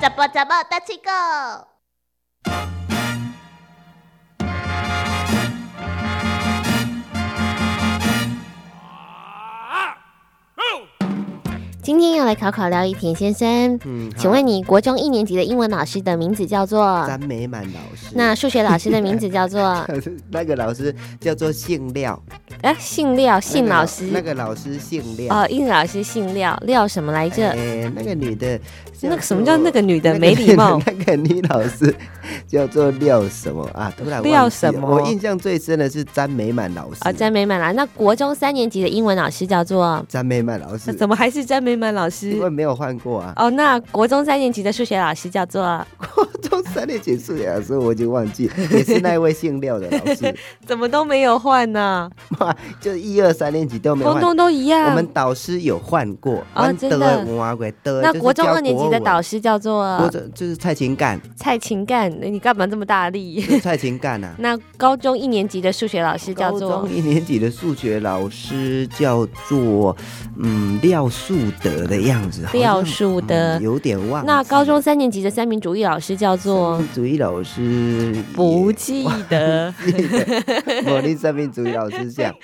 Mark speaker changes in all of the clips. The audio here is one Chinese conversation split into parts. Speaker 1: 잡아 잡아 따치고
Speaker 2: 今天要来考考廖一田先生，
Speaker 3: 嗯，
Speaker 2: 请问你国中一年级的英文老师的名字叫做？
Speaker 3: 詹美满老师，
Speaker 2: 那数学老师的名字叫做？
Speaker 3: 那个老师叫做姓廖，
Speaker 2: 哎、姓廖，姓老师。
Speaker 3: 那个老师姓廖。
Speaker 2: 哦，应老师姓廖，廖什么来着？
Speaker 3: 哎，那个女的，
Speaker 2: 那个什么叫那个女的
Speaker 3: 那个
Speaker 2: 没礼貌
Speaker 3: 女的 那个女老师叫做廖什么啊？突然忘记了
Speaker 2: 廖什么
Speaker 3: 我印象最深的是詹美满老师
Speaker 2: 啊，詹美满啦。那国中三年级的英文老师叫做？
Speaker 3: 詹美满老
Speaker 2: 那
Speaker 3: 师，
Speaker 2: 怎么还是詹美满老
Speaker 3: 因为
Speaker 2: 师？
Speaker 3: 没有换过啊。
Speaker 2: 哦，那国中三年级的数学老师叫做？
Speaker 3: 中三年级数学老师我已经忘记，也是那位姓廖的 老师，
Speaker 2: 怎么都没有换呢？
Speaker 3: 哇，就一二三年级都没有
Speaker 2: 通
Speaker 3: 换。
Speaker 2: 通都一
Speaker 3: 我
Speaker 2: 样。
Speaker 3: 们导师有换过，
Speaker 2: 哦
Speaker 3: 完
Speaker 2: 真
Speaker 3: 得
Speaker 2: 的
Speaker 3: 哇鬼得
Speaker 2: 那
Speaker 3: 就是
Speaker 2: 国中
Speaker 3: 教
Speaker 2: 二年级的
Speaker 3: 文
Speaker 2: 导师啊叫做
Speaker 3: 国中就是蔡琴 干，
Speaker 2: 蔡琴干，你干嘛这么大 力？。
Speaker 3: 就是蔡琴干啊
Speaker 2: 那高中一年级的数学老师叫
Speaker 3: 高
Speaker 2: 做
Speaker 3: 中一年级的数学老师叫做嗯廖树德的样子，好像
Speaker 2: 廖树德
Speaker 3: 嗯有点忘记。
Speaker 2: 那高中三年级的三民主义老师叫做
Speaker 3: 三民主义老师也
Speaker 2: 不记 得，
Speaker 3: 记得，我的三民主义老 师讲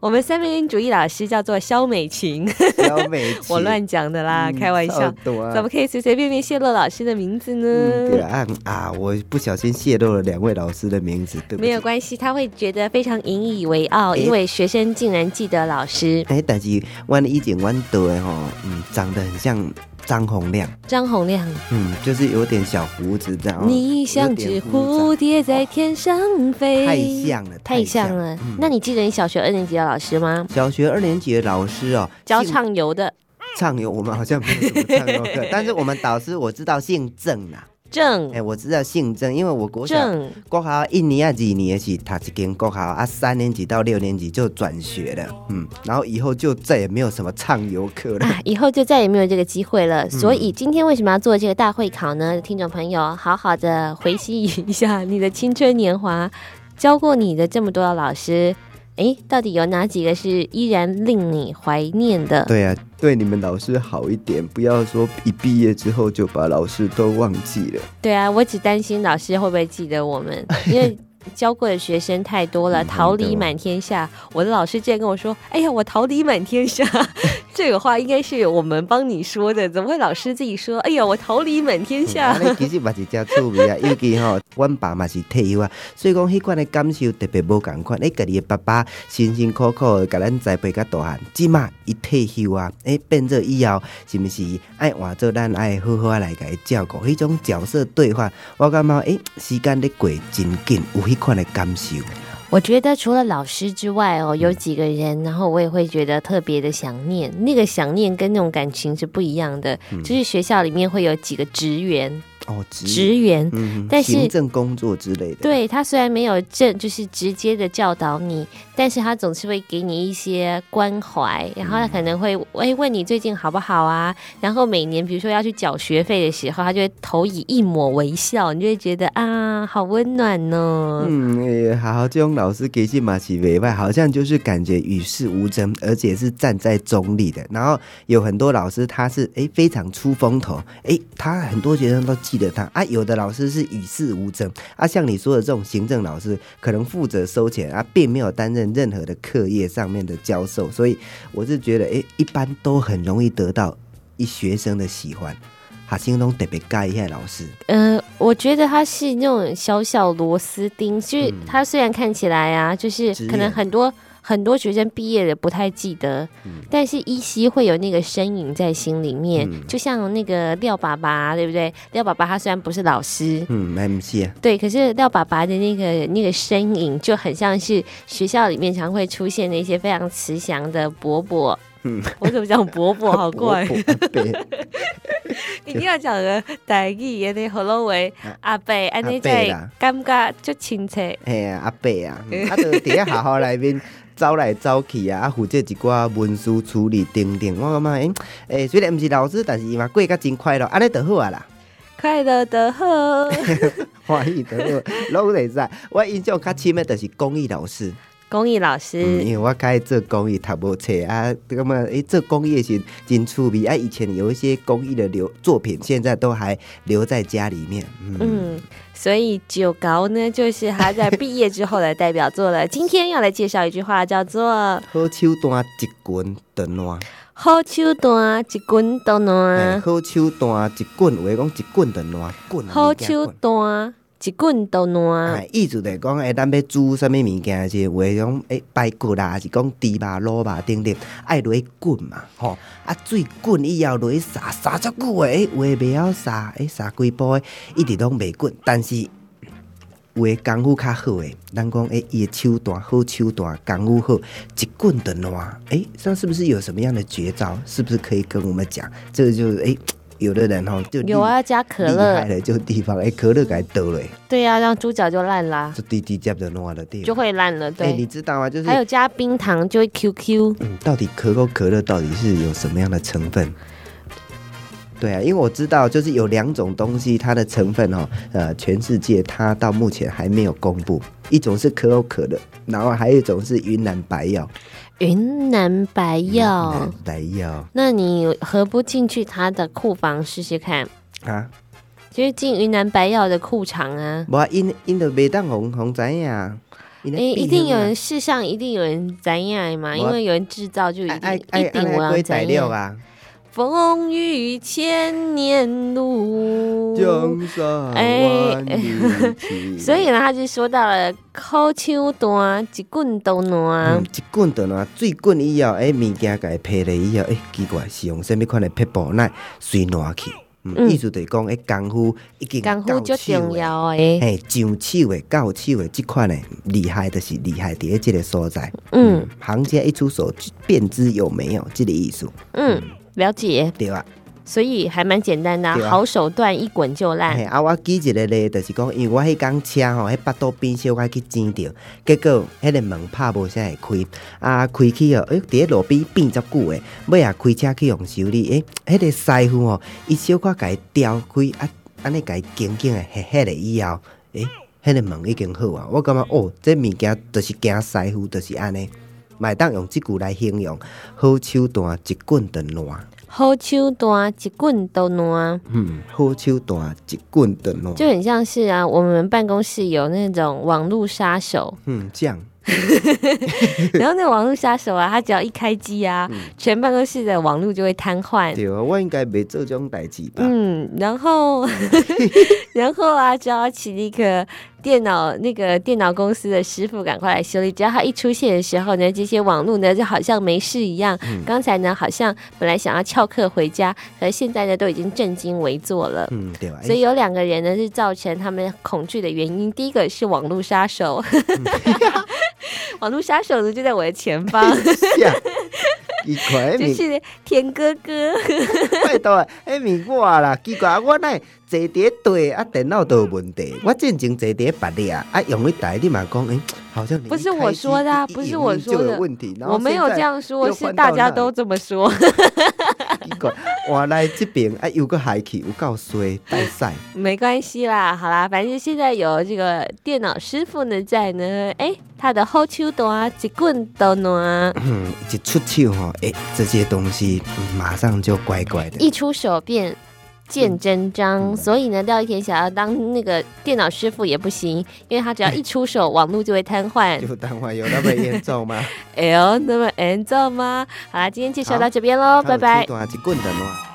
Speaker 2: 我们三民主义老师叫做肖美琴，
Speaker 3: 小美琴，
Speaker 2: 我乱讲的啦，
Speaker 3: 嗯
Speaker 2: 开玩
Speaker 3: 差
Speaker 2: 笑
Speaker 3: 不，多啊
Speaker 2: 怎么可以随随便便泄露老师的名字
Speaker 3: 嗯对
Speaker 2: 呢？
Speaker 3: 啊啊！我不小心泄露了两位老师的名字，对不起。
Speaker 2: 没有关系，他会觉得非常引以为傲，因为学生竟然记得老师
Speaker 3: 哎，但是阮以前阮倒的吼，嗯，长得很像张洪亮，
Speaker 2: 张洪亮。
Speaker 3: 嗯，就是有点小胡子这样。哦
Speaker 2: 你像只蝴蝶
Speaker 3: 蝶，
Speaker 2: 在天上飞，
Speaker 3: 哦太像嗯了，
Speaker 2: 太像了。那你记得你小学二年级的老师吗？
Speaker 3: 小学二年级的老师哦，
Speaker 2: 教
Speaker 3: 姓
Speaker 2: 唱游的
Speaker 3: 唱游，我们好像没有什么唱游 课，但是我们导师我知道姓郑啦，
Speaker 2: 郑
Speaker 3: 哎，我知道姓郑，因为我国小
Speaker 2: 嗯郑
Speaker 3: 国校一年啊几年是读一间国校啊，三年级到六年级就转学了，嗯，然后以后就再也没有什么唱游课了。
Speaker 2: 啊，以后就再也没有这个机会了。所
Speaker 3: 嗯
Speaker 2: 以今天为什么要做这个大会考呢？听众朋友，好好的 回忆一下你的青春年华，教过你的这么多的老师，诶，到底有哪几个是依然令你怀念的？
Speaker 3: 对啊，对你们老师好一点，不要说一毕业之后就把老师都忘记 了。
Speaker 2: 对啊，我只担心老师会不会记得我 们，因为教过的学生太多了，
Speaker 3: 嗯
Speaker 2: 桃
Speaker 3: 真
Speaker 2: 李
Speaker 3: 的
Speaker 2: 满天下。我的老师竟然跟我说：“哎呀，我桃李满天下。” 这个话应该是我们帮你说的，怎么会老师自己说？哎呀，我桃李满天下。
Speaker 3: 嗯啊你其实嘛是真趣味啊，尤其吼、阮爸嘛是退休啊，所以讲迄款的感受特别无共款。诶，家己的爸爸辛辛苦苦的甲咱栽培甲大汉，即马伊退休啊，诶，变做以后是毋是爱换做咱爱好好啊来甲伊照顾？迄种角色兑换，我感觉诶，时间咧过真紧，有迄款的感受。
Speaker 2: 我觉得除了老师之外哦，有几个人，然后我也会觉得特别的想念。那个想念跟那种感情是不一样的，就是学校里面会有几个职员，
Speaker 3: 哦，嗯职
Speaker 2: 职员。
Speaker 3: 嗯，
Speaker 2: 但是
Speaker 3: 行政工作之类的。。
Speaker 2: 对他虽然没有正就是直接的教导你，但是他总是会给你一些关怀，
Speaker 3: 嗯
Speaker 2: 然后他可能会哎问你最近好不好啊，然后每年比如说要去缴学费的时候，他就会投以一抹微笑，你就会觉得啊好温暖哦呢、
Speaker 3: 嗯，诶，好，这种老师给信马奇维外，好像就是感觉与世无争，而且是站在中立的。然后有很多老师他是诶非常出风头，诶，他很多学生都记得他啊。有的老师是与世无争啊，像你说的这种行政老师，可能负责收钱啊，并没有担任任何的课业上面的教授，所以我是觉得诶，一般都很容易得到一学生的喜欢。哈，心中特别介意的老师，
Speaker 2: 呃，我觉得他是那种小小螺丝钉，就是他虽然看起来啊，就是
Speaker 3: 嗯职
Speaker 2: 可能
Speaker 3: 业
Speaker 2: 很多很多学生毕业了不太记得，
Speaker 3: 嗯
Speaker 2: 但是依稀会有那个身影在心里面。
Speaker 3: 嗯
Speaker 2: 就像那个廖爸爸，对不对？廖爸爸他虽然不是老师，
Speaker 3: 嗯，MC 啊，
Speaker 2: 对，可是廖爸爸的那个那个身影就很像是学校里面常会出现的一些非常慈祥的伯伯。
Speaker 3: 嗯
Speaker 2: 我怎么讲伯伯？
Speaker 3: 啊
Speaker 2: 好怪。
Speaker 3: 伯伯对
Speaker 2: 一定要讲个台语，安尼好老话，
Speaker 3: 啊
Speaker 2: 阿伯安尼才会感觉足亲切。
Speaker 3: 嘿啊，阿伯啊，嗯啊，就伫咧学校内面走来走去啊，啊，负责一寡文书嗯处理等等。我感觉，诶、诶，虽然毋是老师，但是伊嘛过甲真快乐，安尼就好啊啦。
Speaker 2: 快乐的 呵。
Speaker 3: 欢喜的，拢会使。我印象较深的就是公益老师，
Speaker 2: 公益老
Speaker 3: 嗯，
Speaker 2: 师，
Speaker 3: 因为我较爱做公益，读无册啊，感觉诶，做公益是真趣味啊。以前有一些公益的留作品，现在都还留在家里面。嗯，
Speaker 2: 嗯，所以九高呢，就是他在毕业之后的代表作 了。今天要来介绍一句话，叫做
Speaker 3: 好手段一棍断烂，
Speaker 2: “好手段一棍都
Speaker 3: 哎
Speaker 2: 暖，
Speaker 3: 好手段一棍，有的讲一棍断烂，棍啊
Speaker 2: 好
Speaker 3: 物件
Speaker 2: 手
Speaker 3: 棍
Speaker 2: 段一棍都暖
Speaker 3: 哎，意思就是讲，哎，咱要煮啥物物件是有诶种，哎，排骨啦，还是讲猪肉、卤肉等等，爱落去滚嘛，吼、啊，水滚以后落去杀，杀足久诶，哎有诶袂晓杀，哎，杀几步诶，一直拢袂滚，但是有诶功夫较好诶，咱讲哎，伊诶手段好，手段功夫好，一棍就烂，哎，那是不是有什么样的绝招？是不是可以跟我们讲？这个就是哎，有的人吼、就
Speaker 2: 有啊，要加
Speaker 3: 厉
Speaker 2: 可
Speaker 3: 害
Speaker 2: 乐，
Speaker 3: 了就地方，哎，可乐给它倒落。
Speaker 2: 对呀、啊，让猪脚就烂啦，
Speaker 3: 就滴滴接的弄了对。
Speaker 2: 就会烂了。
Speaker 3: 哎、你
Speaker 2: 对，
Speaker 3: 知道吗？就是
Speaker 2: 还有加冰糖就会 QQ。
Speaker 3: 嗯，到底可口可乐到底是有什么样的成分？对啊，因为我知道，就是有两种东西，它的成分哦，呃，全世界它到目前还没有公布。一种是可口可乐，然后还有一种是云南白药。
Speaker 2: 云南白
Speaker 3: 云
Speaker 2: 药
Speaker 3: 南，白药
Speaker 2: 那你何不进去他的库房试试看？
Speaker 3: 啊，
Speaker 2: 就是进云南白药的库藏啊。
Speaker 3: 无因因都袂当红红知影啊。因
Speaker 2: 诶，一定有人世上一定有人怎样嘛？因
Speaker 3: 啊我
Speaker 2: 为有人制造就一
Speaker 3: 爱
Speaker 2: 定
Speaker 3: 爱
Speaker 2: 一
Speaker 3: 爱
Speaker 2: 定我
Speaker 3: 爱
Speaker 2: 要
Speaker 3: 哎归材
Speaker 2: 怎
Speaker 3: 料
Speaker 2: 样。
Speaker 3: 啊，
Speaker 2: 风雨千年路。
Speaker 3: 江山
Speaker 2: 哎
Speaker 3: 万 里情
Speaker 2: 所以呢，他就说到了靠手段，一棍都暖
Speaker 3: 嗯，。一滚断啊，水滚以后，哎，物件家劈咧以后，哎，奇怪，是用什物款的撇布来随烂去？嗯，
Speaker 2: 嗯
Speaker 3: 意思就是讲，哎，功夫已经
Speaker 2: 功夫
Speaker 3: 到
Speaker 2: 就
Speaker 3: 手
Speaker 2: 重
Speaker 3: 的，
Speaker 2: 要诶。
Speaker 3: 嘿，上手的、到手的这款的厉害，就是厉害伫咧这个所在。
Speaker 2: 嗯，
Speaker 3: 行家一出手，便知有没有这个意思，
Speaker 2: 嗯，了解。
Speaker 3: 对吧？
Speaker 2: 所以还蛮简单的啊、
Speaker 3: 对啊
Speaker 2: 好手段一滚就
Speaker 3: 嘿，
Speaker 2: 烂。
Speaker 3: 啊，我记一个咧，就是讲，因为我迄工车吼，迄巴肚边小可去煎着，结果迄个门拍无啥会开，啊，开去哦，哎，伫咧路边变足久诶，尾啊开车去用修理，诶、迄、个师傅吼，伊小可甲伊调开，啊，安尼甲伊紧紧诶，黑黑咧以后，诶、迄、个门已经好啊，我感觉哦，这物件就是惊师傅，就是安尼。麦当用即句来形容，好手段一棍断烂，
Speaker 2: 好手段一棍都啊暖。
Speaker 3: 嗯，好手段一棍断烂，
Speaker 2: 就很像是啊，我们办公室有那种网络杀手，
Speaker 3: 嗯，这样。
Speaker 2: 然后那个网络杀手啊，他只要一开机啊，全办公室的网络就会瘫痪。
Speaker 3: 对啊，我应该袂做这种代志吧？
Speaker 2: 嗯，然后，然后啊，只要请那个电脑那个电脑公司的师傅赶快来修理。只要他一出现的时候呢，这些网络呢就好像没事一样。刚才呢，好像本来想要翘课回家，可是现在呢都已经正襟危坐了。
Speaker 3: 嗯，对吧？
Speaker 2: 所以有两个人呢是造成他们恐惧的原因。第一个是网络杀 手，网络杀手呢就在我的前 方，
Speaker 3: 是啊，奇 怪，
Speaker 2: 就
Speaker 3: 迄
Speaker 2: 是田哥哥。
Speaker 3: 面拜托，迄面我啦，奇怪，我哪会坐伫咧地啊，电脑都有问题。我进前坐伫咧别里啊，啊，用迄台你嘛讲，诶、好像你
Speaker 2: 不是
Speaker 3: 一开
Speaker 2: 我
Speaker 3: 机
Speaker 2: 说的啊
Speaker 3: 一
Speaker 2: 不
Speaker 3: 一
Speaker 2: 是
Speaker 3: 有
Speaker 2: 我
Speaker 3: 一
Speaker 2: 说
Speaker 3: 就有
Speaker 2: 的
Speaker 3: 问题。然后
Speaker 2: 我没有
Speaker 3: 现
Speaker 2: 这
Speaker 3: 在
Speaker 2: 样说，
Speaker 3: 又
Speaker 2: 是
Speaker 3: 换
Speaker 2: 大
Speaker 3: 到
Speaker 2: 家
Speaker 3: 那
Speaker 2: 都这么说。
Speaker 3: 奇怪，我来这边啊，又个海去，有够衰，带晒。
Speaker 2: 没关系啦，好啦，反正现在有这个电脑师傅呢在呢，哎，他的后手段啊，一棍啊都暖，
Speaker 3: 嗯，一出手吼，诶、这些东西、嗯马上就乖乖的。
Speaker 2: 一出手便。见真
Speaker 3: 嗯
Speaker 2: 章，所以呢，廖一田想要当那个电脑师傅也不行，因为他只要一出 手，网络就会瘫痪。
Speaker 3: 就当我有那么严 重吗？
Speaker 2: L 那么 N 重吗？好啦，今天介绍
Speaker 3: 好
Speaker 2: 到这边喽，拜拜
Speaker 3: 手。段一棍的嘛。